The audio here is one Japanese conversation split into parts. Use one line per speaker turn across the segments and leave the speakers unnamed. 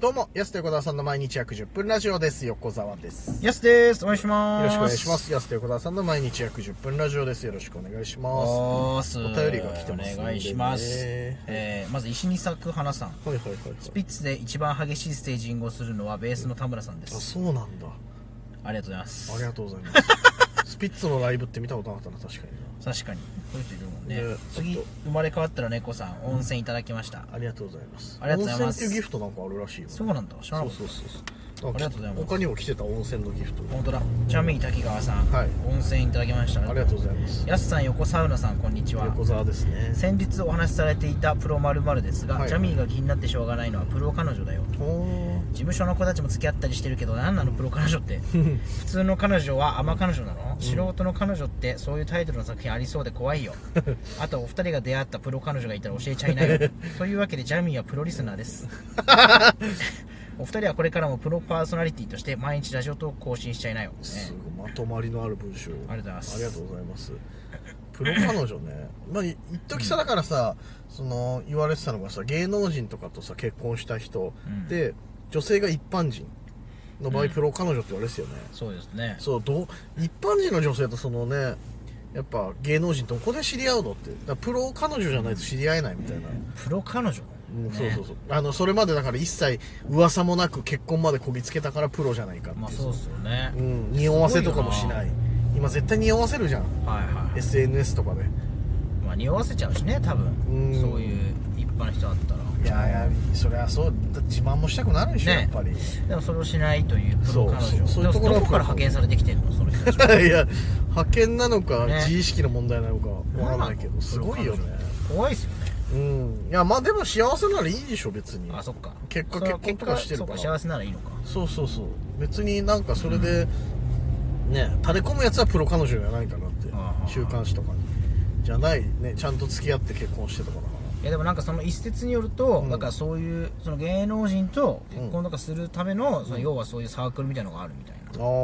どうも、安手小沢さんの毎日約10分ラジオです。横澤です。よ
ヤスです。お願いします。
ろしくお願いします。安手小沢さんの毎日約10分ラジオです。よろしくお願いします。
おーす。お
お便りが来てますんでね
お願いします。
はい
えー、まず石に咲く花さん。
はいはいはいはい。
スピッツで一番激しいステージングをするのはベースの田村さんで
あ、
す。
そうなんだ。
ありがとうございま
あり
す。
がとうございます。 スピッツのライブって見たことなかったな、確かに
確かに。こういう人いるもんね
ね。
次、
ちょっ
生まれ変わったら猫さん、温泉いただきました。
な。ありがとうございます。
ありがとうございます
温泉っていうギフトなんかあるらしいよ、ね。
そうなんだ。知らな
そ
か
う
った
そうそうそう。
ありがとうございます
他にも来てた温泉のギフト。
本当だ。ちなみに滝川さん、
はい
温泉いただきました。
ありがとうございます。
ヤスさん、横サウナさん、こんにちは。
横澤ですね。
先日お話しされていたプロ〇〇ですが、
はい
ジャミーが気になってしょうがないのはプロ彼女だよ
おー
事務所の子たちも付き合ったりしてるけど何なのプロ彼女って 普通の彼女は甘彼女なの、素人の彼女ってそういうタイトルの作品ありそうで怖 いよあとお二人が出会ったプロ彼女がいたら教えちゃいなよ というわけでジャミーはプロリスナーですお二人はこれからもプロパーソナリティとして毎日ラジオトーク更新しちゃいなよ、ね、
すごいまとまりのある文章
ありがとうございます
ありがとうございますプロ彼女 ねまあい一時さだからさ、その言われてたのがさ芸能人とかとさ結婚した人、
うん
で女性が一般人の場合、
うん
プロ彼女って言われてたよね
そうですね
そうどう一般人の女性とそのねやっぱ芸能人どこで知り合うのってだからプロ彼女じゃないと知り合えないみたいな、
プロ彼女
うんそうそうそうあのそれまでだから一切噂もなく結婚までこぎつけたからプロじゃないかっていう
まあそうっすよね、
うん、匂わせとかもしない今絶対匂わせるじゃん
はいはい
SNS とかで
まあ匂わせちゃうしね多分
うん
そういう一般の人だったら
いやいやそりゃそうだ自慢もしたくなるでしょ、
ね
やっぱり
でもそれをしないというプロ彼女
そうそうそういうところが
でもどこから派遣されてきてるのその人たち
いや派遣なのか、
ね
自意識の問題なのかわからないけ
なんな
ど
の
すごいよね
怖いっすよね
うんいやまあでも幸せならいいでしょ別に
あそっか
結果
それは
結婚とかしてるから
そうか幸せならいいのか
そうそうそう別になんかそれで、ね垂れ込むやつはプロ彼女じゃないかなって
ああ
週刊誌とかにじゃないねちゃんと付き合って結婚してとかだか
いやでもなんかその一説によると、
うん
なんかそういうその芸能人と結婚とかするための,、その要はそういうサークルみたいのがあるみたいな
らああ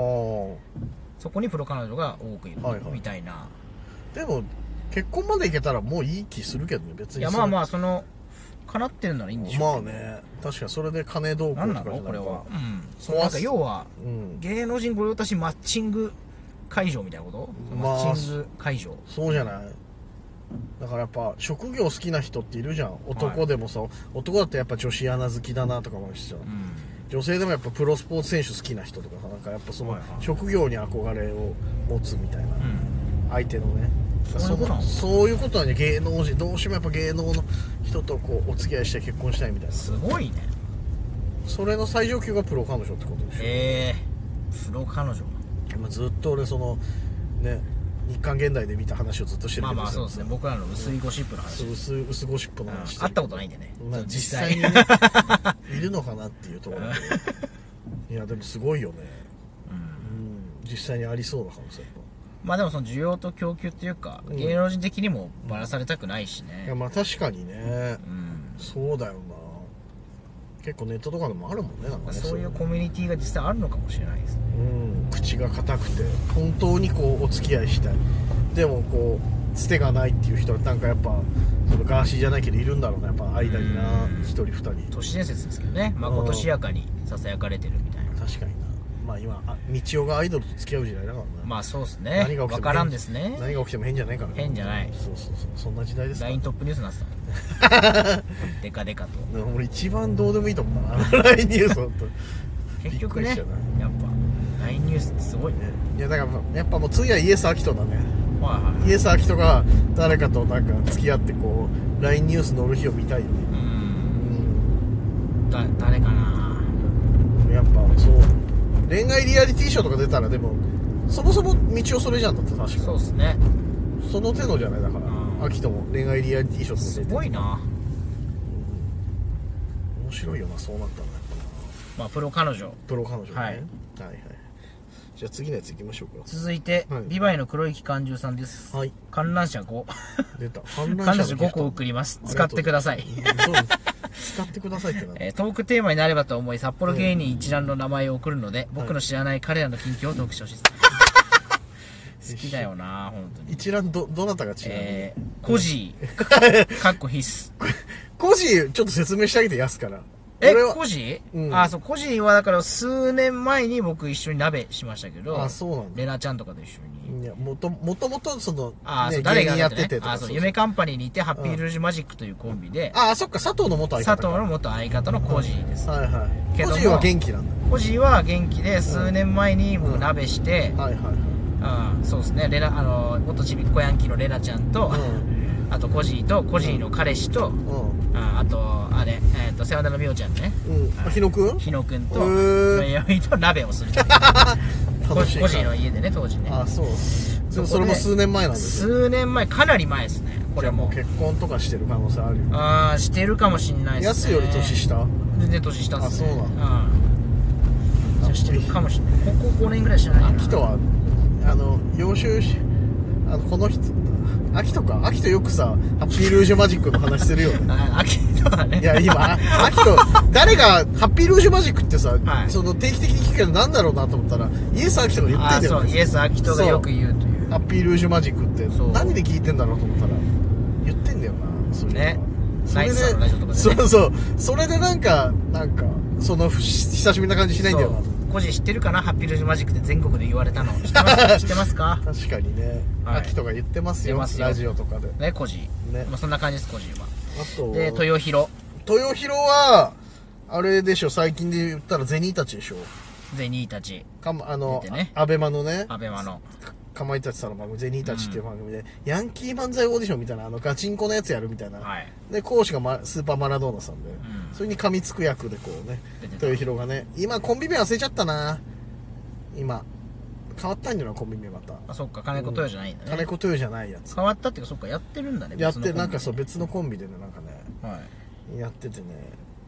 そこにプロ彼女が多くいる
はいはい
みたいな、
でも結婚までいけたらもういい気するけどね別
い、
に
やまあま
あ
あその叶ってるならいいんでしょ
まあね確かにそれで金どうこう
な
んと
な
かじゃな
の
い
これは
か、
うん、そのなんか要は
うん
芸能人御用達マッチング会場みたいなこと、
まあ
マッチング会場
そうじゃないだからやっぱ職業好きな人っているじゃん男でもさ、男だってやっぱ女子アナ好きだなとかもあるしさ、
うん
女性でもやっぱプロスポーツ選手好きな人とかさなんかやっぱその
はいはい
職業に憧れを持つみたいな、
うん
相手のね
そういうことなの
そういうことはね芸能人どうしてもやっぱ芸能の人とこうお付き合いして結婚したいみたいな
すごいね
それの最上級がプロ彼女ってことでしょ
えー、プロ彼女
まあずっと俺そのね日刊現代で見た話をずっとしてる
まあ
けど
まあそうですね僕らの薄いゴシップの話、
そう薄薄ゴシップの
うん
話してる
会ったことないんでね、
まあ、実際にねいるのかなっていうところだけどいやでもすごいよね
うん
うん実際にありそうだからさやっ
まあでもその需要と供給っていうか、
うん
芸能人的にもバラされたくないし
ぱいや
ね
まあ確かにね
うん、
そうだよな結構ネットとかでもあるもんねなんかね
そういう
の
コミュニティが実際あるのかもしれないですね
うん口が硬くて本当にこうお付き合いしたいでもこうつてがないっていう人はなんかやっぱそのガーシーじゃないけどいるんだろうなやっぱ間にな
うん
一人二人
都市伝説ですけどねまことしやかにささやかれてるみたいな
確かになまあ今あ道夫がアイドルと付き合う時代だからな、
まあそうです
何が起
ね
きても
わからんですね
何が起きても変じゃないからね
変じゃない
そうそうそうそんな時代ですから
LINE トップニュースになって たのでかでかと
ね俺一番どうでもいいと思うなあの LINE ニュース本当
結
びっく
局ね
りしちゃう
やっぱ LINE ニュースってすごいね
ねいやだからやっぱもう次はイエス・アキトだね
はいはい
イエス・アキトが誰かとなんか付き合ってこう LINE ニュース乗る日を見たいよね
う
うんん
だ誰かな
やっぱそう恋愛リアリティショーとか出たらでもそもそも道をそれじゃんだって確か
そうっすね
その手のじゃないだから
うん
アキトも恋愛リアリティショーとか出
す
て
ごいな
面白いよなそうなったらやっぱな
まあプロ彼女
プロ彼女ね、
はい
はいはいじゃあ次のやつ行きましょうか
続いて、
はい
ビバイの黒い機関銃さんです、
はい
観覧車5
出た観
観覧車
のギ
5
フト
個送ります使ってください
うんどう使ってくださいってな
えートークテーマになればと思い札幌芸人一覧の名前を送るので、僕の知らない彼らの近況をトークしてほしい です好きだよな本当に
一覧どどなたが違う、
えー、コジーかっこ必須
コジちょっと説明してあげてやすから
え
俺は
コジ、
うん
あそうコジはだから数年前に僕一緒に鍋しましたけど
あそうなんだ
レナちゃんとかと一緒に
いやもともともとその、
あ、そ
ね、
う誰
芸
が
人やっててとか
あ
そ
そう
うそう
夢カンパニーにいてハッピールージュマジックというコンビで、
あそっか佐藤の元相
佐
方
藤の元相方のコジです、
はいはい
けど
個
も
人は元気なんだ
コジは元気で数年前に僕鍋して、
はいはいはい
あそうですねレナあの元ちびっこヤンキーのレナちゃんと、あとコジーとコジーの彼氏と、
う
ああとあれ、えー、と世話田のみおちゃんね
ん うん、うん、日野くん
日野くんと
へー
弥生と鍋をするコ
楽し
ジ
い
コ
か
ジーの家でね当時ね
あそうでも
そこで
それも数年前なんですよ
数年前かなり前ですねこれも
結婚とかしてる可能性あるよ
ああしてるかもしんないです
安
ね
より年下
全然年下っすね
あそうな
うんじゃあしてるかもしんないここ5年ぐらいしてないかな
秋人はあの養州しあのこの人秋人か秋人よくさハッピールージュマジックの話するよね
あ秋とかね
いや今秋人誰がハッピールージュマジックってさ、
はい
その定期的に聞くけどなんだろうなと思ったらイエス秋人が言っ
あ
て
あ
んだ
そ
よ
う
ね
イエス秋とがよく言うという
ハッピールージュマジックって
そう
何で聞いてんだろうと思ったら言ってんだよなそういうの
ね
それで
ナイツさんのラジオとかでね
そうそうそれでなんかなんかその久しぶりな感じしないんだよな
そうコジ知ってるかなハッピールージュマジックって全国で言われたの知って ます知ってますか
確かにね、
はい
秋とか言ってますよ
言ってますよ
ラジオとかで
ねコジ、
ね
まあ、そんな感じですコジは
あと
で豊広
豊広はあれでしょ最近で言ったら銭たちでしょ
ゼニーたち
かまあの、
出てね
アベマのね
アベマの
かまいたちさんの番組銭たちっていう番組で、ヤンキー漫才オーディションみたいなあのガチンコのやつやるみたいな、
はい
で講師が、ま、スーパーマラドーナさんで、
ん
それに噛みつく役でこうね
出てた
豊広がね今コンビ名忘れちゃったな今変わったんじゃないコンビ名また
あそっか金子豊じゃないんだね、
金子豊じゃないやつ
変わったっていうかそっかやってるんだね
やって
別のコンビ
なんかそう別のコンビでねなんかね
はい
やっててね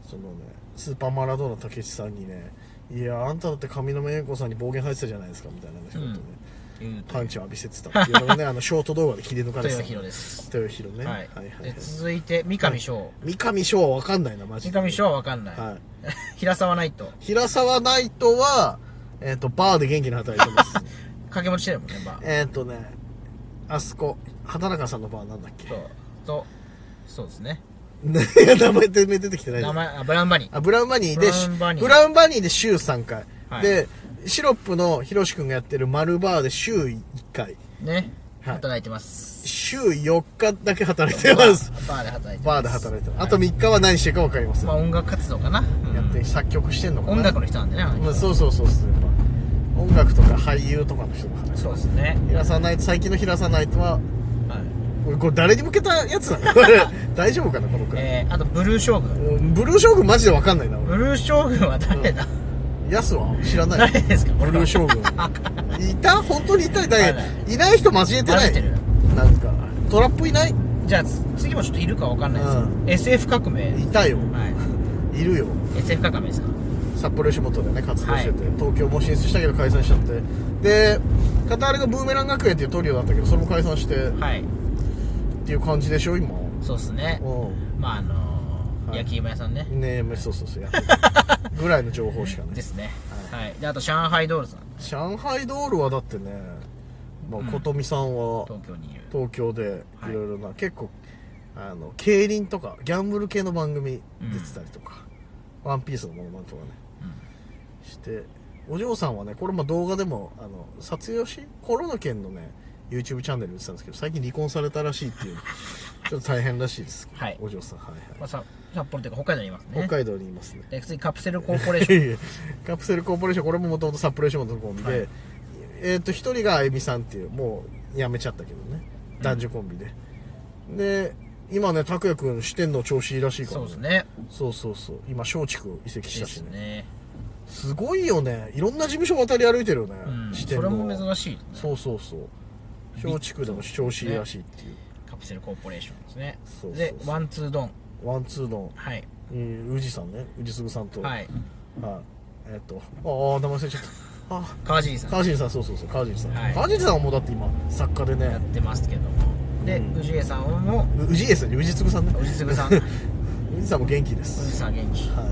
そのねスーパーマラドーナたけしさんにね「いやあんただって上沼恵美子さんに暴言吐いてたじゃないですか」みたいなね、
うん
ことね
言うと
パンチを浴びせてたっていうのがねあのショート動画で切り抜かれてた
豊広です
豊広ね、
はい、
はいはいはい
で続いて三上翔
三上翔は分かんないなマジ
三
で
上翔は分かんない、
は
平沢ナイト
平沢ナイトはえっ、とバーで元気に働いてます
掛け持ちしてるもんねバー
えっとねあそこ畑中さんのバーなんだっけ
そうそうそうですね
いや 名前全然出てきてないじゃ
名
ん
前あブランバニー
あ、ブラウンバニーで、
ブラウンバニー
ブラウンバニーで週3回。
はい
で、シロップのヒロシ君がやってる丸バーで週1回。
ね、
はい
働いてます
週4日だけ働いてます。
バーで働いてます
バーで働いてます。あと3日は何してるか分かりません。
まあ音楽活動かな、うん
やって、作曲してんのかな
音楽の人なんでねあの人
まあ、そうそうそうそう。やっぱ音楽とか俳優とかの人とかね。
そうですね
平沢ナイト、最近の平沢ナイトは、
はい
これこれ誰に向けたやつなのこ れ大丈夫かなこのくらい。
えー、あとブルー将軍
うんブルー将軍マジで分かんないな、俺。
ブルー将軍は誰だ、
ヤスは知らない。
誰ですかこ
ブ
れ
ルー将軍いた本当にいたいない
いない
いない人交えてな
混
い
ぜてる
なんかトラップいない
じゃあつ次もちょっといるかわかんないです
う
けど、SF 革命
いたよ
はい
るよ
SF 革命ですか
札幌吉本でね活動してて、東京も進出したけど解散しちゃってでカタールがブーメラン学園っていうトリオだったけどそれも解散してっ
はい
ていう感じでしょ今
そうですね
う
まああのー
はい
焼き芋屋さんね
んねえそうそうそうや ってるぐらいの情報しかない
ですねはい、であと上海ドールさん
上海ドールはだってね、まあ、琴美さんは
東京にいる
東京でいろいろな、結構あの競輪とかギャンブル系の番組出てたりとか、ワンピースのものまねとかね、してお嬢さんはねこれも動画でもあの撮影をしコロナ県のね YouTube チャンネルに出てたんですけど最近離婚されたらしいって いうちょっと大変らしいです、
はい
お嬢さんはいはい
まあ、さ札幌というか北海道にいますね
北海道にいますね
で次カプセルコーポレーション
いやカプセルコーポレーションこれももともとサプレーションのコンビで、
はい
えっ、と一人があゆみさんっていうもう辞めちゃったけどね男女コンビで、で今ね拓哉君四天王調子いいらしいから、
そうですね
そうそうそう今松竹移籍し
で
た
す
しね
ね
すごいよねいろんな事務所渡り歩いてるよね、
うん
四
そ
天王
れも珍しいね
そうそうそう松竹でも調子いいらしいっていう、
カプセルコーポレーションですね
そうそう
で
そう
ワンツードン
ワンツーの
はい
うん宇治さんね宇治すぐさんと
はい
はいえっ、とああ名前忘れちゃったあー
川尻さん
川尻さんそうそうそう川尻さん、
はい
川尻さんはもうだって今作家で
や
ね
ってますけどもで
うん
氏江さんも
う氏家さん氏つぶさんね
氏
つ
次
ぶ
さん
氏
氏
さんも元気です、
さん元気
はい、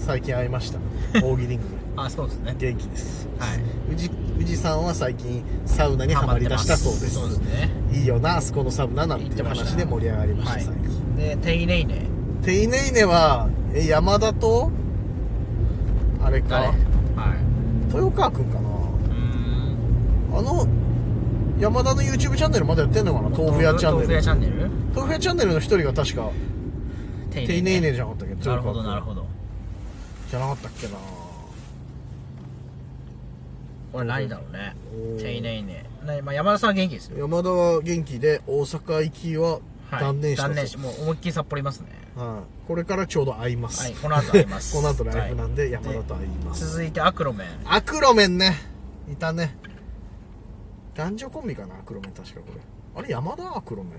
最近会いま した大喜利ング
あそうですね
で元気です
はい
氏氏さんは最近サウナにハマりだしたそうです
そうですね
いいよなあそこのサウナなん
言って
いう
てました
話で盛り上がりました
はい
最近
でテイネイネ
テイネイネはえ山田とあれ
誰
か
はい
豊川君かな
うーん
あの山田の YouTube チャンネルまだやってんのかな豆腐屋チャンネ
豆腐屋
ル
チャンネル
豆腐屋チャンネルの一人が確か「
丁
ていねいね」じゃなかったっけ
なる
豊川
ほど
君
なるほど
じゃなかったっけな
これ何だろうね
うん
丁寧にねねまあ山田さんは元気ですよ
山田は元気で大阪行きは
はい
断念したそう、
断
は
念しもう思いっきり札幌いま すね
いこれからちょうど会います、
はいこの後会います
この後ライブなんで
はい
山田と会います
続いてアクロメン
アクロメンねいたね男女コンビかなアクロメン確かこれあれ山田アクロメ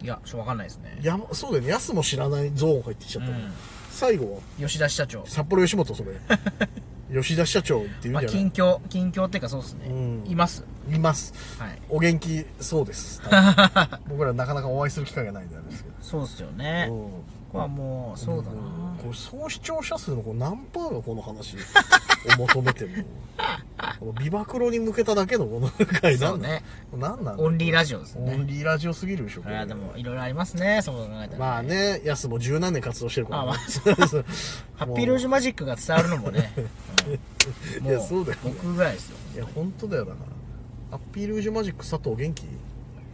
ン
いやちょっとわかんないですね
やまそうだよねやすも知らないゾーン入ってきちゃったね、
うん
最後は
吉田支社長
札幌吉本 それ吉田社長っていうん
まあ
じゃない、
近況近況っていうかそうですね
うん
います
います
はい
お元気そうです多分僕らなかなかお会いする機会がないんであれですけど
そうっすよね
う
こ
ん
こはもうそうだな
これ総視聴者数のこれ何パーがこの話を求めてるのこのビバクロに向けただけのこの回
そ
な
うん
だ
ね
なんなんだ
オンリーラジオです
オン
ね
リーラジオすぎるでしょ
い
これ
やでもいろいろありますねそう考えたら
まあねやすも十何年活動してるから、ね、
あまあ
そう
ハッピーロージュマジックが伝わるのもねう ん
いやそうだよね
僕ぐらいですよ
いや本当だよだからハッピールージュマジック佐藤元気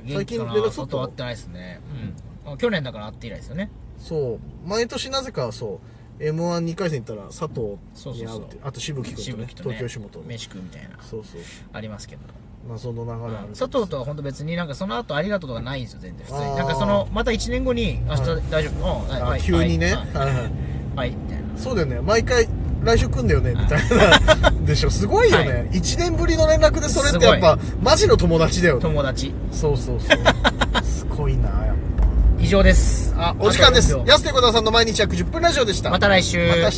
元気かな
最近連絡取ったの
外会ってないですねうんあ去年だから会って以来ですよね
そう毎年なぜかそう m 1 2回戦行ったら佐藤
そう
に会
そうそう
うってあとしぶき君と,、
渋
ね
木とね
東京吉本の
飯食うみたいな
そうそう
ありますけど
謎の流れある
佐藤とは本当別になんかその後ありがとうとかないんですよ全然普通に
あー
なんかそのまた1年後に明日
は
大丈夫うんはい
あ
はい
急にね、
はい
はいはい
はいみたいな
そうだよね毎回来週来んだよねみたいなでしょすごいよ
は
ね、一1年ぶりの連絡でそれってやっぱマジの友達だよね
友達
そうそうそう すごいなやっぱ
以上です
あお時間です
あと4秒
安手小沢さんの毎日約10分ラジオでした
また来週
また明日